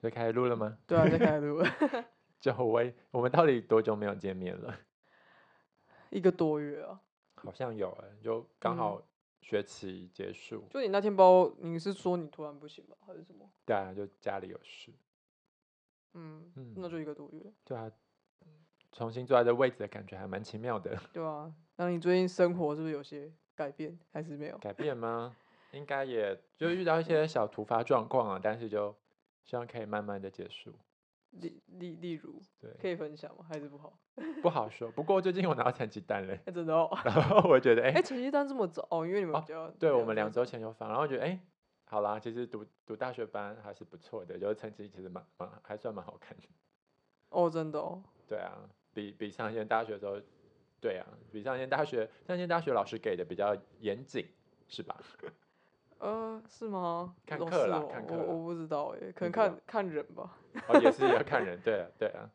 就开始录了吗？对啊，就开始录了久违，我们到底多久没有见面了？ 一个多月啊。好像有哎、就刚好学期结束，就你那天包，你是说你突然不行吗，还是什么？对啊，就家里有事，嗯，嗯那就一个多月，对啊，重新坐在这位置的感觉还蛮奇妙的。 对啊。那你最近生活是不是有些改变，还是没有？改变吗？应该也就遇到一些小突发状况啊，但是就希望可以慢慢的结束。例例例如，可对，以分享吗？还是不好？不好说。不过最近我拿到成绩单了，哎、真的哦。然后我觉得哎、哎、成绩单这么早哦，因为你们哦比较、对比我较们两早周前就放，然后觉得哎、好啦，其实读读大学班还是不错的，就是成绩其实蛮蛮还算蛮好看的。哦，真的哦，对啊，比比上一间大学的时候，对啊，比上一间大学，上一间大学老师给的比较严谨，是吧？呃，是吗？看哦课是啦哦看课我啦我不知道哎、可你不知能道看看人吧。哦，也是要看人，对啊，对啊，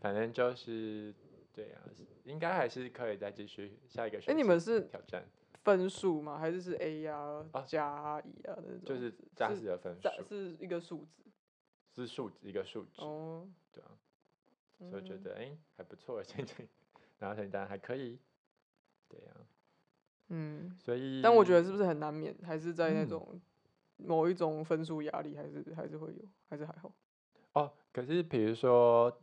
反正就是对啊，应该还是可以再继续下一个学哎、期。你们是挑战分数吗？还是是 A 呀、啊加啊、乙啊那种？就是扎是实的分在数，是一个数是字数值一个数值，哦。对啊，所以觉嗯得哎、还不错，现在然后成绩单还可以，对呀、啊，嗯，所以但我觉得是不是很难免，还是在那嗯种某一种分数压力，还是还是会有，还是还好。哦，可是比如说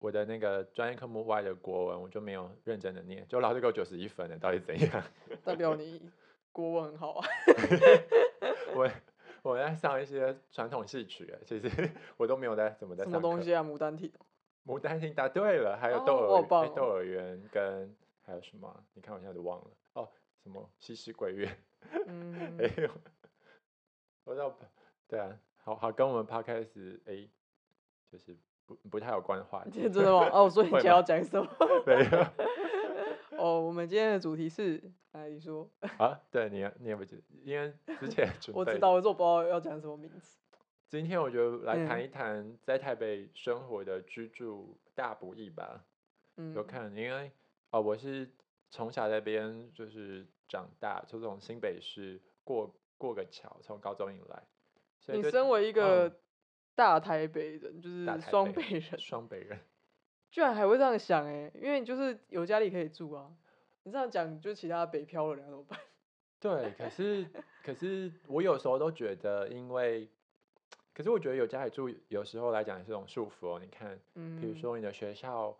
我的那个专业科目外的国文，我就没有认真的念，就老师给我九十一分的，到底怎样？ 代表你国文很好啊。我我在上一些传统戏曲，啊其实 我都没有在怎么在什上么东课西啊？牡 丹亭。牡丹亭答对了，还有哦窦我娥好冤、棒哎哦窦娥冤跟还有什么啊？你看我现在都忘了哦，什么西施鬼月？嗯 哎，呦，我到对啊，好好跟我们 podcast 哎、就是不不太有关的话题， 真的吗？哦，所以你会今天吗要讲什么？ 没有哦，我们今天的主题是，哎，你说，啊？对你也你也不记得，因为之 前准我备知道，我说我不知道要讲什么名字。今天我就来谈嗯一谈在台北生活的居住大不易吧。嗯，有看，因为哦，我是从小在那边就是长大，就从新北市过过个桥，从高中以来，所以你对身为一嗯个大台北人，就是大台双北北人，双北人，居然还会这样想哎、因为你就是有家里可以住啊。你这样讲，就其他北漂的人要怎么办？对，可是可是我有时候都觉得，因为可是我觉得有家里住，有时候来讲也是一种束缚哦。你看，嗯，比如说你的学校，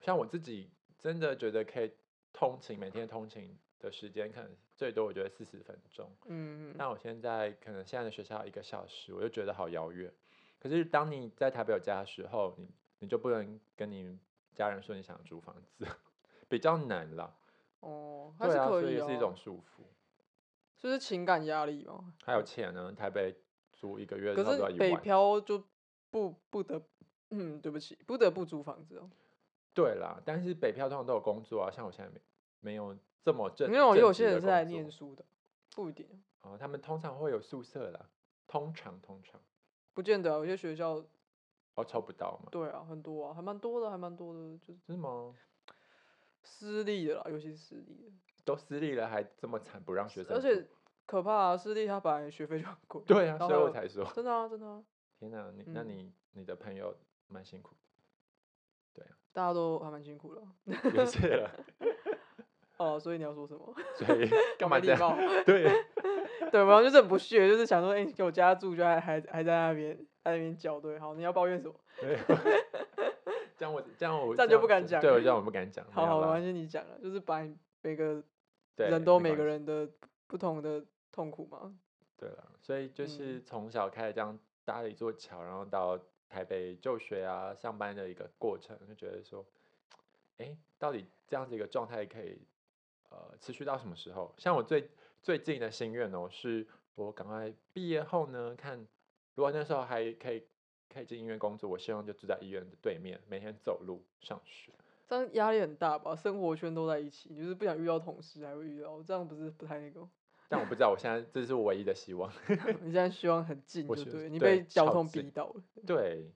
像我自己真的觉得可以通勤，每天通勤的时间可能最多我觉得四十分钟。嗯，嗯，那我现在可能现在的学校一个小时，我就觉得好遥远。可是当你在台北有家的时候，你你就不能跟你家人说你想租房子， 比较难啦。哦，还对是啊，可所以以也啊，是一种束缚。就是情感压力嘛。还有钱呢，台北租一个月可差不多是一北万。漂就不不得，嗯，对不起，不得不租房子哦。对啦，但是北漂通常都有工作啊，像我现在没没有这么正。没有，正哦有职些的人是工来作念书的，不一定。哦，他们通常会有宿舍啦，通常通常不见得啊、有些学校哦抽不到嘛，对啊，很多啊，还蛮多的，还蛮多的，就是是吗？私立的啦，尤其是私立的，都私立了还这么惨，不让学生而住。且可怕、啊，私立它本来学费就很贵，对啊，然所以我后才说。真的啊，真的啊，天哪，你那嗯你你的朋友蛮辛 苦，大家都还蛮辛苦的啊。也是了，哦，所以你要说什么？所 以干好没嘛礼这样？貌？ 对，对，我就是很不屑，就是想说，哎、给我家住就还还还在那边，在那边叫，对，好，你要抱怨什么？没 有 这样我这样我这样就不敢讲对，我这样我不敢讲。没好有好，没啦关系，你讲了，就是把你每个对人都没每关个系人的不同的痛苦嘛。对了，所以就是嗯从小开始这样搭了一座桥，然后到台北就学啊、上班的一个过程，就觉得说，哎，到底这样子一个状态可以呃持续到什么时候？像我最最近的心愿哦，是我赶快毕业后呢，看如果那时候还可以可以进医院工作，我希望就住在医院的对面，每天走路上学。这样压力很大吧？生活圈都在一起，你就是不想遇到同事，还会遇到，这样不是不太那个吗？ 但我不知道，我现在这是我唯一的希望。你现在希望很近我就觉得对，你对被交超通近逼到了。对，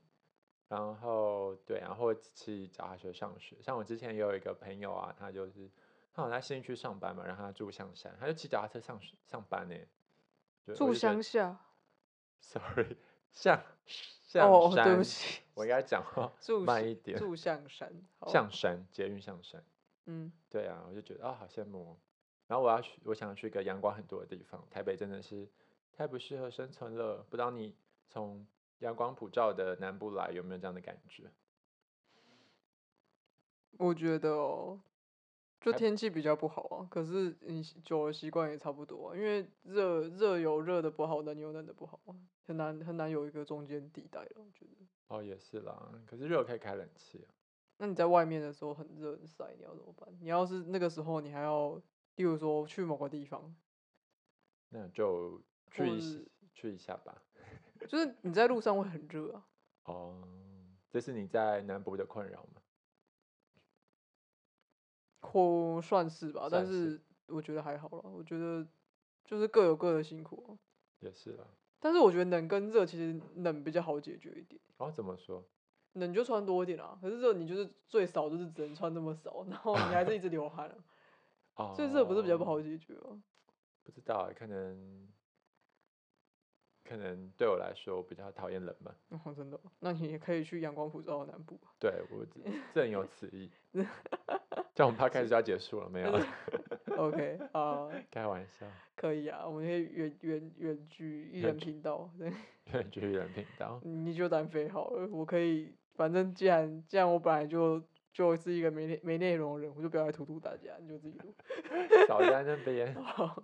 然后对，然后骑脚踏车上学。像我之前也有一个朋友啊，他就是他好像在新区上班嘛，然后他住象山，他就骑脚踏车上学上班呢、对住乡下。 ，sorry，象 象哦，山，对不起，我应该讲话住 慢乡一点。住哦象山。好象山，捷运象山。嗯，对啊，我就觉得啊、好羡慕哦。然后我要去，我想去一个阳光很多的地方。台北真的是太不适合生存了。不知道你从阳光普照的南部来有没有这样的感觉？我觉得哦，就还天气比较不好啊。可是你习久了习惯也差不多啊，因为热热有热的不好，冷有冷的不好啊，很难很难有一个中间地带了。我觉得，哦，也是啦。可是热可以开冷气啊、那你在外面的时候很热很晒，你要怎么办？你要是那个时候你还要，例如说去某个地方，那就去或一是下去一下吧。就是你在路上会很热啊。哦，这是你在南部的困扰吗？或算是吧，但算是是我觉得还好啦。我觉得就是各有各的辛苦、啊，也是啦。但是我觉得冷跟热其实冷比较好解决一点，哦，怎么说？冷就穿多一点啊，可是热你就是最少就是只能穿那么少，然后你还是一直流汗、 啊，哦，所以热不是比较不好解决啊吗？不知道欸，可能可能对我来说，我比较讨厌冷吧。然后真的哦，那你也可以去阳光普照的南部啊，对我只正有此 意。这样我们 p 开始就要结束了，没有啦 OK 啊、开玩笑， 可以啊，我们可以远远远距一远人距频道，对， 远距离人频道。你就单飞好了，我可以，反正既然既然我本来就就是一个没内没内容的人，我就不要来荼毒大家，你就自己录。少在那边。 好，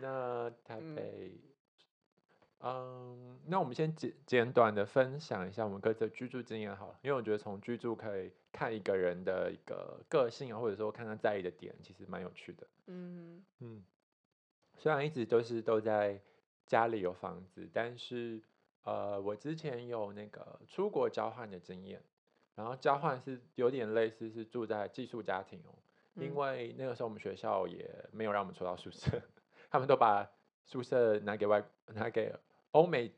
那台嗯北，嗯那我们先简简短的分享一下我们各自的居住经验好了，因为我觉得从居住可以看一个人的一个个性啊，或者说看他在意的点，其实蛮有趣的。嗯，嗯，虽然一直都是都在家里有房子，但是呃，我之前有那个出国交换的经验，然后交换是有点类似是住在寄宿家庭哦，因嗯为那个时候我们学校也没有让我们抽到宿舍， 他们都把宿舍拿给外拿给欧美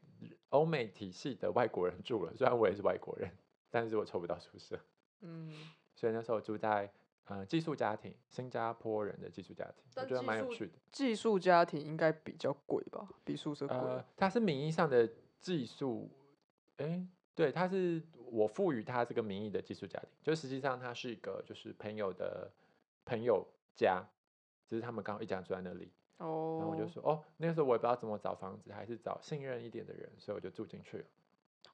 欧美体系的外国人住了，虽然我也是外国人，但是我抽不到宿舍。嗯，所以那时候住在呃寄宿家庭，新加坡人的寄宿家庭，我但觉得寄蛮有宿趣的。寄宿家庭应该比较贵吧，比宿舍贵。哦呃，它是名义上的寄宿，诶，对，它是我赋予它这个名义的寄宿家庭，就实际上它是一个就是朋友的朋友家，只是他们刚好一家住在那里。哦，然后我就说，哦，那个时候我也不知道怎么找房子，还是找信任一点的人，所以我就住进去了。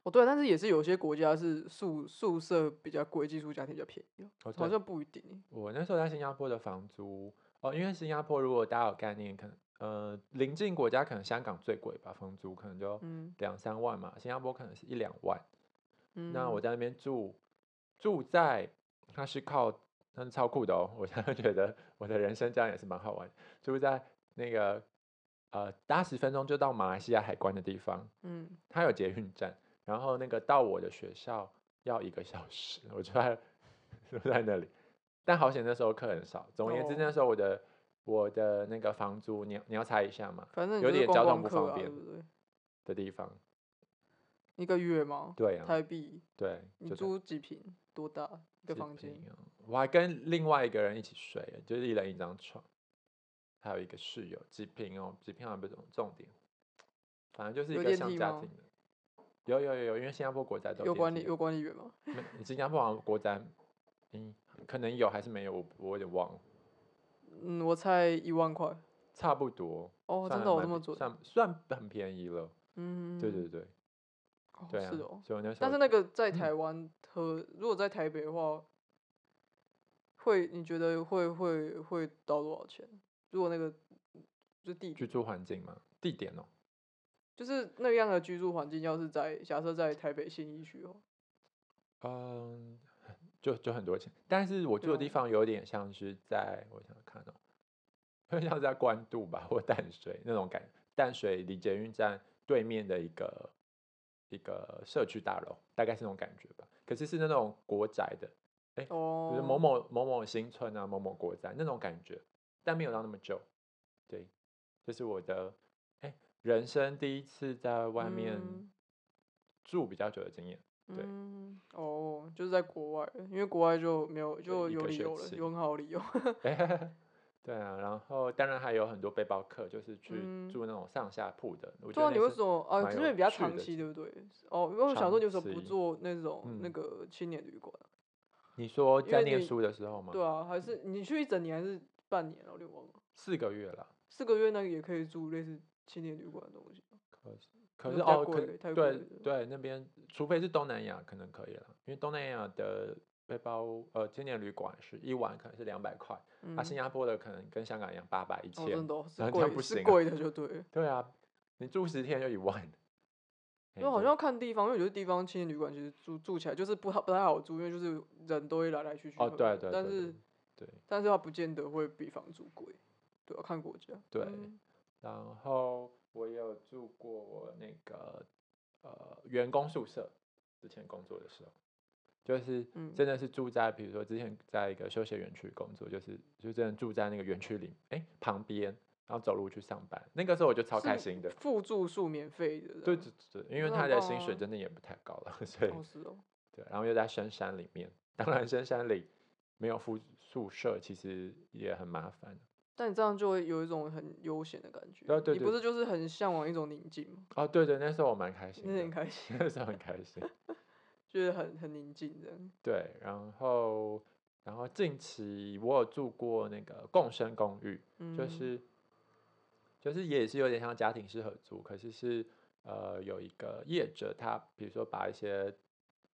哦，对，但是也是有些国家是宿宿舍比较贵，寄宿家庭比较便宜哦，哦对好像不一定欸耶。我那时候在新加坡的房租哦，因为新加坡如果大家有概念，可能呃邻近国家可能香港最贵吧，房租可能就嗯，两三万嘛，新加坡可能是一两万。那我在在那边住住在，它是靠它是超酷的哦，我现在觉得我的人生这样也是蛮好玩的，住在那个呃搭十分钟就到马来西亚海关的地方，嗯，它有捷运站，然后那个到我的学校要一个小时，我就在就在那里。但好险那时候课很少，总而言之那哦时候我的我的那个房租，你要你要猜一下嘛反正你有就是点观交通光不客方啊便对不对？的地方，一个月吗？对啊，台币，对，你就在租几平？多大一个几房间平？啊我还跟另外一个人一起睡，就是一人一张床，还有一个室友，几平哦，几平好像不是重点，反正就是一有个电像梯家吗庭的。有有有有，因为新加坡国宅都有电管梯啊理有管理员吗？没新加坡好像国宅，嗯，可能有还是没有，我我有点忘了，嗯，我猜一万块。差不多。哦，算真还的蛮有这么便准？算算很便宜了。嗯，对对对哦对啊，是哦。所以我那时但候是那个在台湾和如果在台北的话，会你觉得会会会到多少钱？如果那个就地居住环境嘛，地点哦，就是那样的居住环境，要是在假设在台北信义区哦，嗯，就就很多钱，但是我对住的地哦方有点像是在，我想想看哦，有点像是在关渡吧，或淡水那种感觉，淡水离捷运站对面的一个一个社区大楼，大概是那种感觉吧。可是是那种国宅的，哦，就是某某某某新村啊，某某国宅那种感觉，但没有到那么旧。对，这是我的哎人生第一次在外面嗯住比较久的经验。 对嗯，哦，就是在国外，因为国外就没有就一有个理学由了，期有很好的理由。对啊，然后当然还有很多背包客，就是去嗯住那种上下铺的。我觉对啊，得你那为是什么啊？蛮可是有你比较趣的长期，对不对？哦，因为我想长说，你为什么不期做那种那嗯个青年旅馆啊？你说因在为念你书的时候吗？对啊，还是你去一整年还是半年啊？我有点忘了，四个月了，四个月那个也可以住类似青年旅馆的东西。可是可那是比较哦，可贵是太贵对了对，那边除非是东南亚，可能可以了，因为东南亚的背包呃青年旅馆是一晚可能是两百块，嗯，啊，新加坡的可能跟香港一样八百一哦，真千，的哦那是这样贵，不行是啊贵的就对了。对啊，你住十天就一万，哎嘿因为好就像要看地方，因为有些地方青年旅馆其实住住起来就是不好不太好住，因为就是人都会来来去去。哦对对但对是对对但是它不见得会比房租贵，对啊，看国家。对嗯然后我也有住过我那个呃员工宿舍，之前工作的时候，就是嗯真的是住在，比如说之前在一个休闲园区工作，就是就真的住在那个园区里，哎旁边，然后走路去上班。那个时候我就超开是心的，附住宿免费的。对对对，因为那他很的棒薪水啊真的也不太高了， 所以哦是哦，对，然后又在深山里面， 当然深山里没有附宿舍，其实也很麻烦。但你这样就会有一种很悠闲的感觉。对啊对你不是就是很向往一种宁静吗？哦，对对，那时候我蛮开心那很的，开心， 那时候很开心。就是很很宁静这样。对，然后然后近期我有住过那个共生公寓，嗯，就是就是也是有点像家庭式合租，可是是呃有一个业者他比如说把一些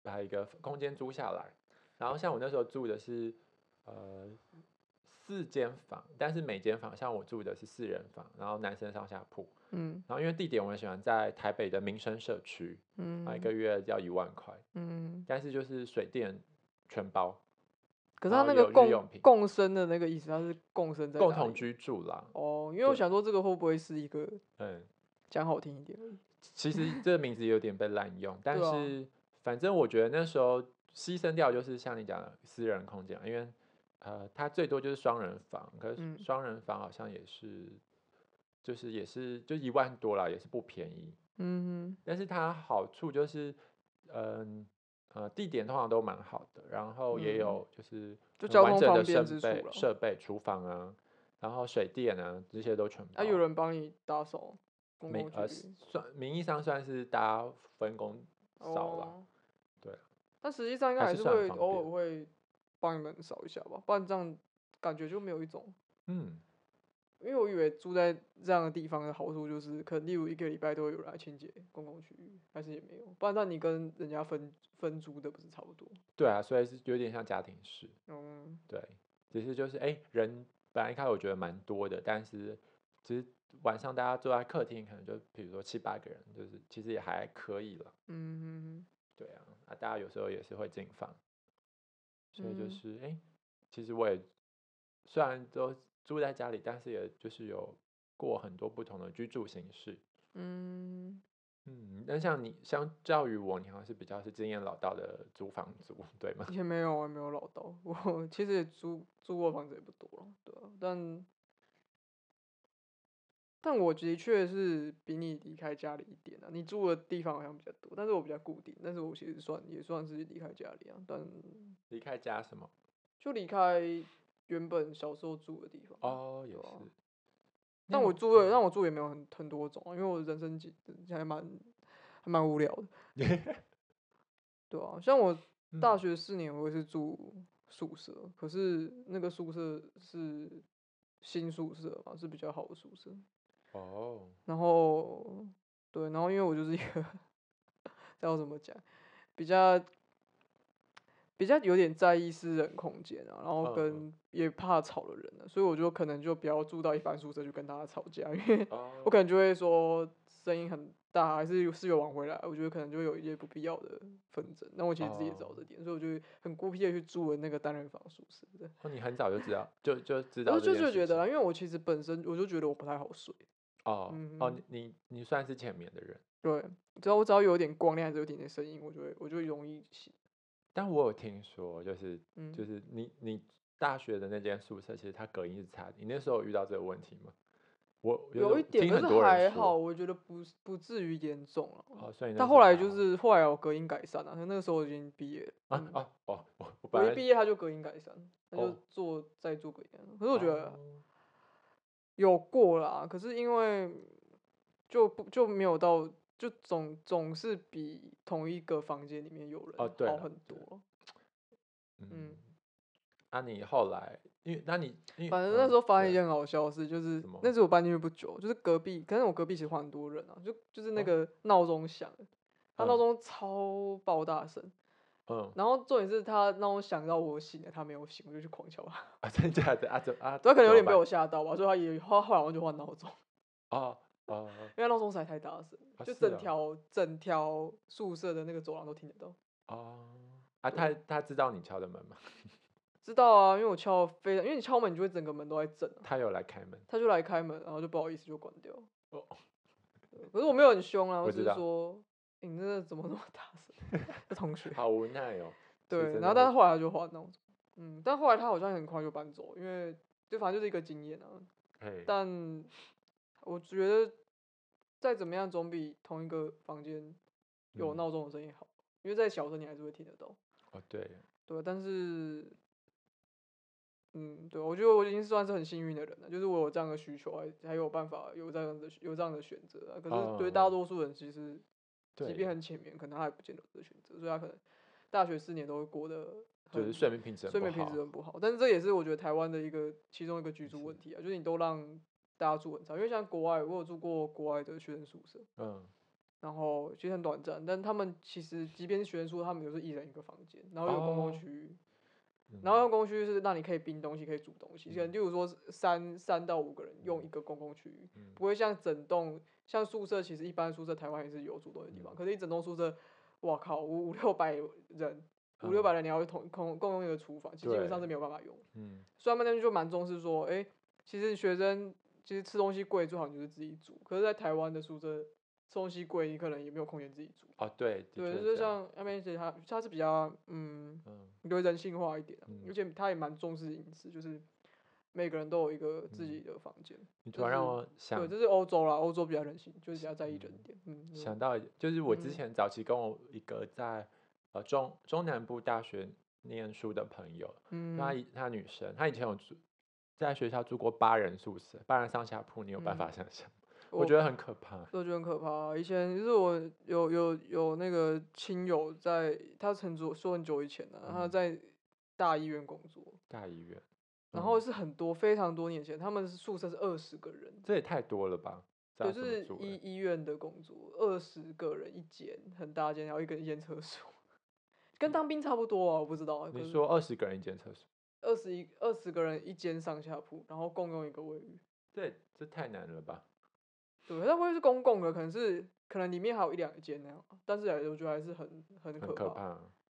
把一个空间租下来，然后像我那时候住的是呃四间房，但是每间房像我住的是四人房，然后男生上下铺，嗯然后因为地点我很喜欢在台北的民生社区，嗯那一个月要一万块，嗯，但是就是水电全包。可是然它后那有个日用共品共生的那个意思，它是共生在共哪同里居住啦。哦，因为我对想说这个会不会是一个嗯，讲好听一点而已，其实这个名字有点被滥用，但对啊是反正我觉得那时候牺牲掉就是像你讲的私人空间，因为呃，它最多就是双人房，可是嗯双人房好像也是，就是也是就一万多啦，也是不便宜。嗯但是它好处就是，嗯呃，地点通常都蛮好的，然后也嗯有就是哼，就很交完通整方的便设之处备了。设备、厨房啊，然后水电啊这些都全包。啊，有人帮你打扫公没共呃区域，算名义上算是大家分工少了，哦对啊但实际上应该还还是是算会方偶便尔会帮你们扫一下吧，不然这样感觉就没有一种。嗯，因为我以为住在这样的地方的好处就是，可能例如一个礼拜都会有人来清洁公共区域，但是也没有，不然那你跟人家分分租的不是差不多？对啊，所以是有点像家庭式，嗯，对，只是就是哎、人本来一开始我觉得蛮多的，但是其实晚上大家坐在客厅，可能就比如说七八个人，就是其实也还可以了，嗯对啊，啊大家有时候也是会进房，所以就嗯是哎、其实我也虽然都住在家里，但是也就是有过很多不同的居住形式，嗯，嗯，那像你相较于我，你好像是比较是经验老道的租房族，对吗？ 以前没有，我也没有老到， 我其实也租租过房子也不多了，对啊，但但我的确是比你离开家里一点啊，你住的地方好像比较多，但是我比较固定，但是我其实算也算是离开家里啊，但离开家什么？就离开原本小时候住的地方。哦，也对啊是。但那嗯我住的，但我住也没有很很多种啊，因为我人生经还蛮还蛮无聊的。 对啊，像我嗯大学四年，我也是住宿舍，可是那个宿舍是新宿舍嘛，是比较好的宿舍。哦，然后对，然后因为我就是一个要怎么讲，比较比较有点在意私人空间啊，然后嗯嗯跟也怕吵的人呢、所以我就可能就不要住到一般宿舍去跟大家吵架，因为哦我可能就会说声音很大，还是有室友晚回来，我觉得可能就会有一些不必要的纷争。那我其实自己也知道哦这点，所以我就很孤僻的去住了那个单人房宿舍的。哦，你很早就知道，就就知道我这就件就事觉得情啊，因为我其实本身我就觉得我不太好睡，哦哦，嗯你你你算是浅眠的人，对，只要我只要有点光亮，还是有点点声音，我就会我就会容易醒。但我有听说，就是嗯，就是你你大学的那间宿舍，其实它隔音是差的。你那时候有遇到这个问题吗？我有的一点，听可很是多还人说好，我觉得不是不至于严重了。哦，所以那但时后候来还就好是后来有隔音改善了、啊，可是那个时候我已经毕业了，啊嗯哦哦，我我我本一来毕业他就隔音改善，他就哦做再做隔音改善。可是我觉得哦有过啦，可是因为就不就没有到，就总总是比同一个房间里面有人哦对好啦很对多。嗯，那、你后来因为那你因为嗯反正那时候发现一对啊件很好笑的事，就是什么那时候我搬进去不久，就是隔壁，可是我隔壁其实换很多人啊，就就是那哦个闹钟响了，他闹嗯钟超爆大声，嗯然后重点是他闹钟响到我醒了，他没有醒，我就去狂敲他，啊 真假的啊怎啊他可能有点怎么被办我吓到吧，所以他也后后来我就换闹钟，哦哦哦因为他闹钟实在太大声，啊就是整哦条、整条宿舍的那个走廊都听得到。哦啊他他知道你敲的门吗？知道啊，因为我敲得非常，因为你敲门，你就会整个门都在震、啊。他有来开门 他就来开门，然后就不好意思就关掉。哦对可是我没有很凶啊，我我只知是道说，欸你那个怎么那么大声？ 这同学。好无奈哦对，真然后的但会是后来他就换那种，嗯，但后来他好像很快就搬走，因为就反正就是一个经验啊。嘿但我觉得再怎么样总比同一个房间嗯有闹钟的声音好，因为再小声你还是会听得到。哦对对，但是，嗯，对，我觉得我已经算是很幸运的人了，就是我有这样的需求，还还有办法有这样的有这样的选择、啊。可是对大哦多数人，其实即便对很浅眠，可能他也不见得有这个选择，所以他可能大学四年都会过得就很是睡眠品质很睡不眠品质好很不好。但是这也是我觉得台湾的一个其中一个居住是问题啊，就是你都让大家住很长，因为像国外，我有住过国外的学生宿舍。嗯然后其实很短暂，但他们其实即便是学生宿舍，他们也是一人一个房间，然后有公共哦区域，嗯然后用公共区域是让你可以冰东西，可以煮东西，可能嗯例如说是三三到五个人用一个公共区域，嗯不会像整栋像宿舍，其实一般宿舍台湾也是有煮东西的地嗯方，可是一整栋宿舍，哇靠，五五六百人，五六嗯百人你要同共共用一个厨房，其实基本上是对没有办法用。嗯所以他们那边就蛮重视说，哎、其实学生其实吃东西贵，最好你就是自己煮，可是，在台湾的宿舍。吃东西贵，你可能也没有空间自己煮。哦对的对，确就是这样像那边其实它它是比较嗯嗯比较人性化一点、啊，嗯而且他也蛮重视隐私，就是每个人都有一个自嗯己的房间。你突就然让是我对，想这是欧洲啦，欧洲比较人性，就是比较在意人嗯一点。嗯，想到一，就是我之嗯前早期跟我一个在呃中中南部大学念书的朋友，嗯，她以她女生，她以前有住在学校住过八人宿舍，八人上下铺，你有办嗯法想象？我我觉得很可怕。我觉得很可怕啊。以前就是我有有有那个亲友在，他很久说很久以前的、他嗯在大医院工作，大医院，然后嗯是很多非常多年前，他们是宿舍是二十个人，这也太多了吧？这对，要就怎么是住医嘞医院的工作，二十个人一间，很大间，然后一个人一间厕所，跟当兵差不多啊，我不知道啊。嗯你说二十个人一间厕所，二十一二十个人一间上下铺，然后共用一个卫浴，这这太难了吧？对，那卫浴是公共的，可能是可能里面还有一两间那样，啊但是还我觉得还是很很很可可怕。怕。嗯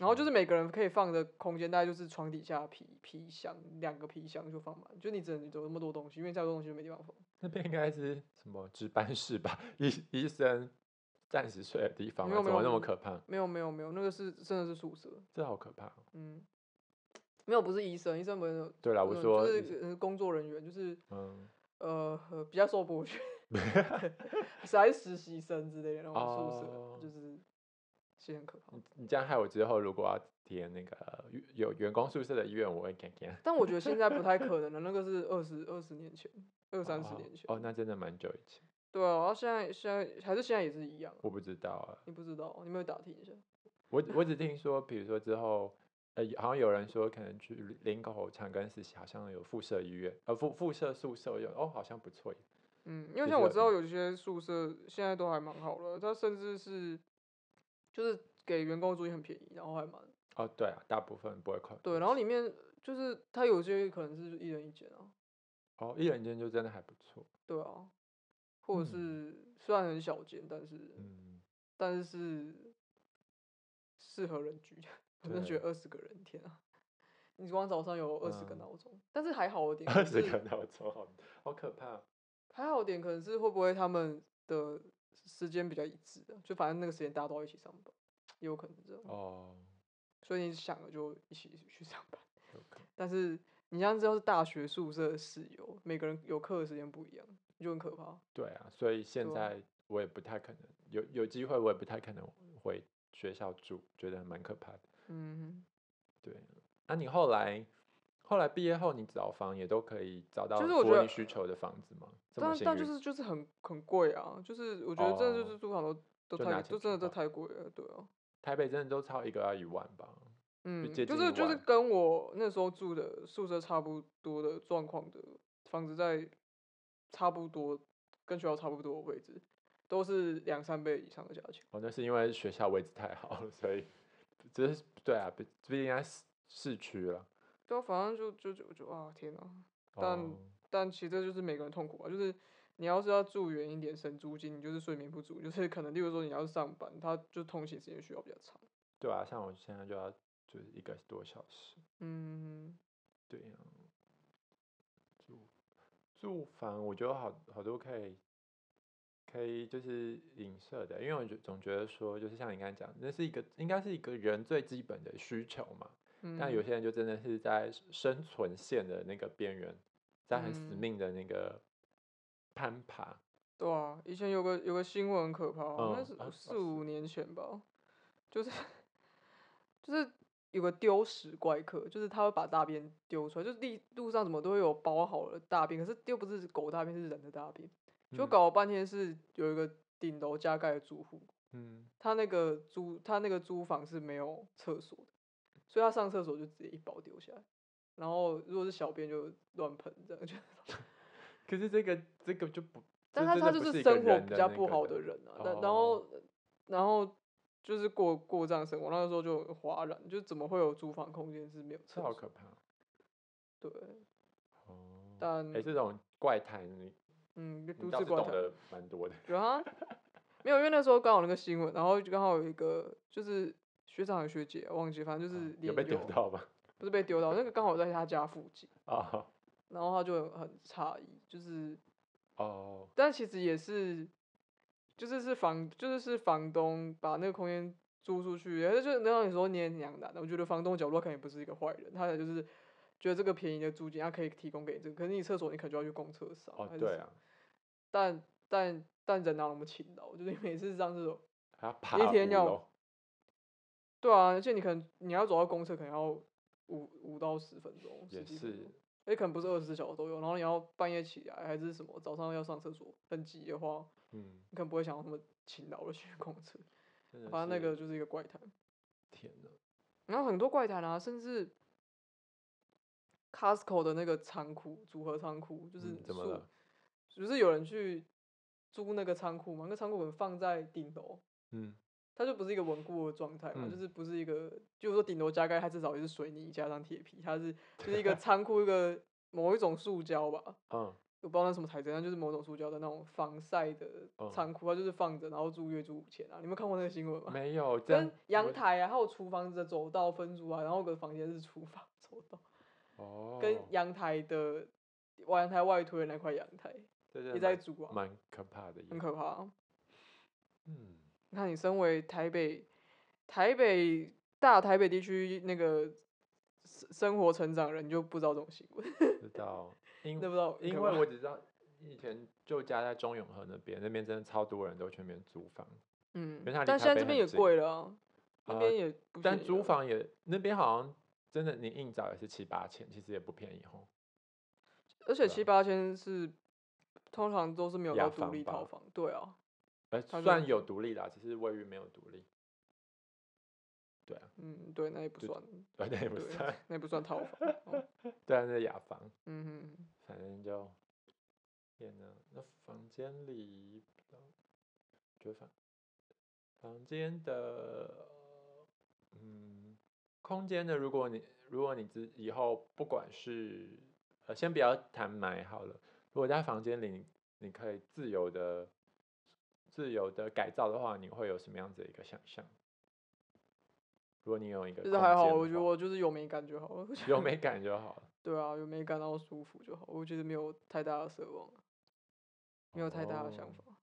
然后就是每个人可以放的空间，大概就是床底下皮皮箱两个皮箱就放满，就你只能有那么多东西，因为再多东西就没地方放。那边应该是什么值班室吧？ 医医生暂时睡的地方没吗？有怎没么有那么没可怕？没有没有没有，那个是真的是宿舍，这好可怕哦。嗯，没有不是医生，医生不是对啦，嗯我说就医生，是呃工作人员，就是嗯，呃呃比较受 剥削，是还是实习生之类的那种宿舍，哦嗯就是其实很可怕。你这样害我之后如果要填那个员有员工宿舍的医院，我会 看看。但我觉得现在 不太可能了，那个是二十二十年前，二三十哦年前。哦，那真的蛮久以前，对啊，然后现在现在还是现在也是一样啊、我不知道啊。你不知道，你没有打听一下？我只我只听说，比如说之后，呃，好像有人说可能去林林口长庚实习，好像有附设医院，呃，附附设宿舍有，哦，好像不错耶。嗯，因为就像是我知道有些宿舍现在都还蛮好了，它甚至是就是给员工租金很便宜，然后还蛮哦，对啊，大部分不会扣。对，然后里面就是它有些可能是一人一间啊，哦，一人间就真的还不错。对啊，或者是、虽然很小间，但是、嗯，但是是适合人居的。我真的觉对得二十个人，天啊！你光早上有二十个嗯闹钟，但是还好 一点，二十个闹钟，好好可怕哦。还好一点，可能是会不会他们的时间比较一致啊？就反正那个时间大家都要一起上班，也嗯有可能是这样。哦，所以你想了就一起去上班， 有可能但是你像这要是大学宿舍的室友，每个人有课的时间不一样，你就很可怕。对啊，所以现对啊在我也不太可能有有机会，我也不太可能回学校住，觉得蛮可怕的。嗯，对，那、你后来后来毕业后，你找房也都可以找到是符我觉合得你需求的房子 吗？这么但幸但运就是就是很很贵啊，就是我觉得真的就哦是租房都就都拿太钱都真的出都吧太贵了，对啊。台北真的都超一个要一万吧？嗯，接就近是一就是万跟我那时候住的宿舍差不多的状况的房子，在差不多跟学校差不多的位置，都是两三倍以上的价钱。哦，那是因为学校位置太好了，所以只是对啊，毕毕竟在市市区了。对啊，反正就就就就啊，天哪！但哦、但其实这就是每个人痛苦啊，就是你要是要住远一点，省租金，你就是睡眠不足，就是可能，例如说你要是上班，他就通勤时间需要比较长。对啊，像我现在就要就是一个多小时。嗯，对呀、住住房我觉得好好多可以可以就是影射的，因为我觉总觉得说，就是像你刚才讲，那是一个应该是一个人最基本的需求嘛。但有嗯些人就真的是在生存线的那个边缘，在很死嗯命的那个攀爬。对啊，以前有个有个新闻很可怕啊，嗯那是啊啊四五年前吧，就是就是有个丢屎怪客，就是他会把大便丢出来，就是地路上怎么都会有包好了大便，可是又不是狗大便，是人的大便，就嗯搞了半天是有一个顶楼加盖的住户，嗯，他那个租他那个租房是没有厕所的，所以他上厕所就直接一包丢下来，然后如果是小便就乱喷这样就。可是这个这个就不，但这他真他的就不是一个生活人比较那不个哦好的的人啊，然然后然后就是过过这样生活，那时候就很哗然，就怎么会有租房空间是没有这厕好所？可嗯怕对，哦。但哎、这种怪谈你嗯，就你都倒市是怪懂谈，得蛮多的。然后没有，因为那时候刚好那个新闻，然后就刚好有一个就是学长还是学姐忘记，反正就是啊有连被丢友到吗？ 不是被丢到，那个刚好在他家附近，哦然后他就很很诧异，就是哦，但其实也是，就是是房，就是是房东把那个空间租出去，然后就让你说你也两难的。我觉得房东角落肯定不是一个坏人，他就是觉得这个便宜的租金，他可以提供给你这个，可是你厕所你可能就要去公厕上。哦还，是对什么啊，但但但人哪有那么勤劳？就是你每次上厕所，还要爬天五要楼对啊，而且你可能你要走到公厕，可能要五五到十分钟，也十几分是钟。也可能不是二十四小时都有，然后你要半夜起来还是什么，早上要上厕所，很急的话，嗯，你可能不会想要那么勤劳的去 公厕。真的反正那是个就是一个怪谈，天哪，然后很多怪谈啊，甚至 Costco 的那个仓库组合仓库，就是嗯怎么树了？就是有人去租那个仓库嘛，那个仓库可能放在顶楼， 嗯，它就不是一个稳固的状态嘛，就嗯是不是一个，就是说顶楼加盖，它至少也是水泥加上铁皮，它是就是一个仓库 一个某一种塑胶吧，嗯，我不知道那什么材质，但就是某种塑胶的那种防晒的嗯仓库，它就是放着，然后租月租五千啊，你们看过那个新闻吗？没有，这跟样阳我台啊，还有厨房的走道分出来，然后有个房间是厨房走道，哦，跟阳台的阳台外推的那块阳台这真也的在蛮租啊，蛮可怕的耶，很可怕啊、嗯，你看，你身为台北台北大台北地区那个生生活成长的人，你就不知道这种新 闻，知道，因那不知道嗯很因可为怕我只知道以前就家在中永和那边，那边真的超多人都去那边租房，嗯，为它离但现台北在这边很也近贵了、啊，那呃边也不但便宜啊租了房也那边好像真的你硬找也是七八千，其实也不便宜哦。而且对啊七八千是通常都是没有雅到独房立吧套房，对啊，呃，它就算有独立啦，只是卫浴没有独立，嗯，对，那也不对算，呃，那也不对啊算，那也不算 套房，哦对啊，那是雅房，嗯哼哼。反正就天哪，那房间里，呃就房房间的，嗯，空间的，如果你如果你之以后不管是呃，先不要谈买好了，如果在房间里你可以自由的自由的改造的话，你会有什么样子的一个想象？如果你有一个就空是间还的好，话，我觉得我就是有美感就好了。 有美感就好了，对啊，有美感，然后舒服就好。我觉得没有太大的奢望，没有太大的想哦法，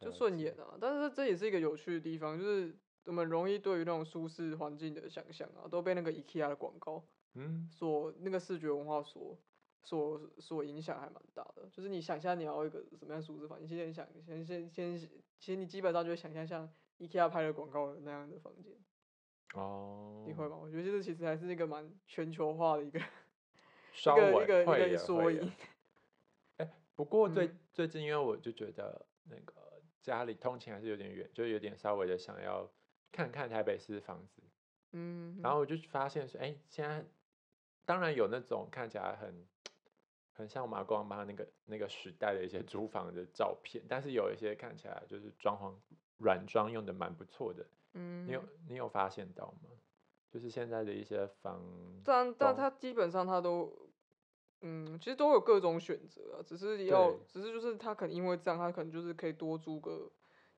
就了顺解眼啊。但是这也是一个有趣的地方，就是我们容易对于那种舒适环境的想象啊，都被那个 IKEA 的广告嗯，所那个视觉文化所所所影响还蛮大的。就是你想象你要一个什么样的数字房间，你先想先先先，其实你基本上就会想象像 IKEA 拍的广告的那样的房间，哦，你会吗？我觉得这其实还是一个蛮全球化的一个稍一个微一个会一个耶缩会影耶。不过最、嗯最近，因为我就觉得那个家里通勤还是有点远，就有点稍微的想要看看台北市的房子。嗯，然后我就发现说，哎、现在当然有那种看起来很很像麻瓜妈那个那个时代的一嗯些租房的照片，但是有一些看起来就是装潢软装用的蛮不错的。嗯，你有你有发现到吗？就是现在的一些房，但但懂他基本上他都，嗯，其实都有各种选择啊，只是要对，只是就是他可能因为这样，他可能就是可以多租个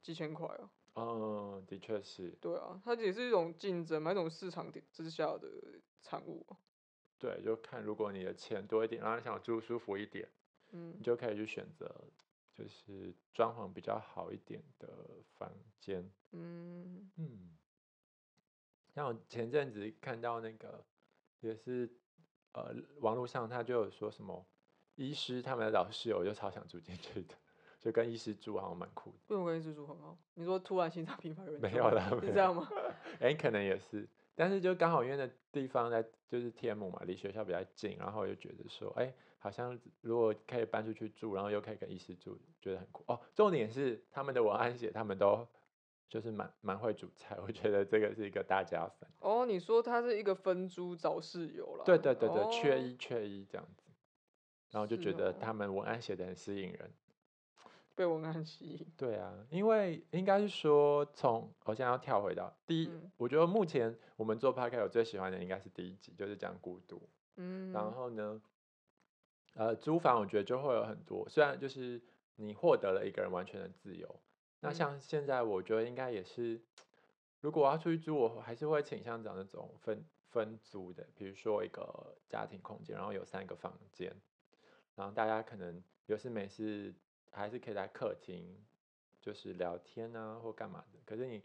几千块啊，嗯，的确是，对啊，它也是一种竞争嘛，一种市场底之下的产物啊、对，就看如果你的钱多一点，然后你想住舒服一点。嗯你就可以去选择，就是装潢比较好一点的房间。嗯嗯，像我前阵子看到那个，也是呃，网络上他就有说什么医师他们的老室友，我就超想住进去的，就跟医师住好像蛮酷的。为什么跟你住住很好？你说突然心脏病发有人没救有你啦没 是有这样吗？哎、可能也是，但是就刚好因为那地方在就是天母嘛，离学校比较近，然后我就觉得说，哎、好像如果可以搬出去住，然后又可以跟医师住，觉得很酷哦。重点是他们的文案写，他们都就是蛮蛮会煮菜，我觉得这个是一个大加分。哦，你说它是一个分租找室友啦，对对对对，哦、缺一缺一这样子，然后就是觉得哦他们文案写的很吸引人。被文案吸引，对啊，因为应该是说从我现在要跳回到第一，嗯我觉得目前我们做 p o d c a s t 我最喜欢的应该是第一集，就是讲孤独。嗯，然后呢，呃，租房我觉得就会有很多，虽然就是你获得了一个人完全的自由，那嗯像现在我觉得应该也是，如果我要出去租，我还是会倾向找那种分分租的，比如说一个家庭空间，然后有三个房间，然后大家可能有事没事还是可以在客厅就是聊天啊或干嘛的，可是你。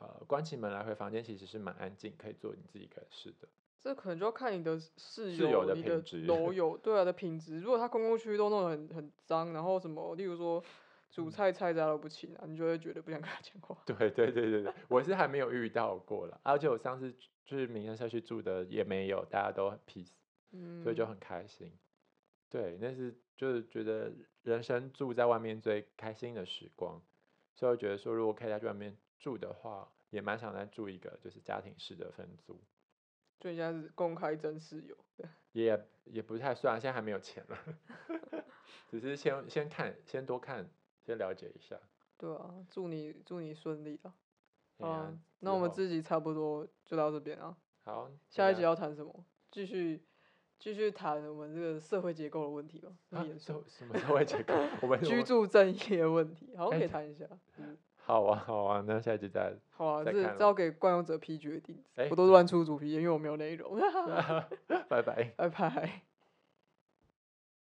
呃，关起门来回房间其实是蛮安静，可以做你自己一个人事的。这可能就要看你的室室友的你品的质 楼友对啊的品质。如果他公共区都弄得很很脏，然后什么，例如说嗯煮菜菜渣都不清啊，你就会觉得不想跟他讲话。 对对对对对，我是还没有遇到过了，而且我上次去去民生社区住的也没有，大家都很 peace，嗯，所以就很开心。对，那是就是觉得人生住在外面最开心的时光，所以我觉得说如果可以在外面住的话，也蛮想再住一个就是家庭式的分租，就人家是公开真室友。对也也不太算，啊现在还没有钱了， 只是先先看，先多看，先了解一下。对啊，祝你祝你顺利啊！哎好呀啊，之那我们后哎这集差不多就到这边啊。好，下一那集要谈什么？继续继续谈我们这个社会结构的问题吧。这么啊严肃什什么社会结构？ 我们我居们住正义的问题，好像哎可对以谈一下。嗯。好啊，好啊，那下一集再。好啊，再这看是了交给惯用者批决定。哎啊我都乱出主题，因为我没有内容。拜拜。 拜拜。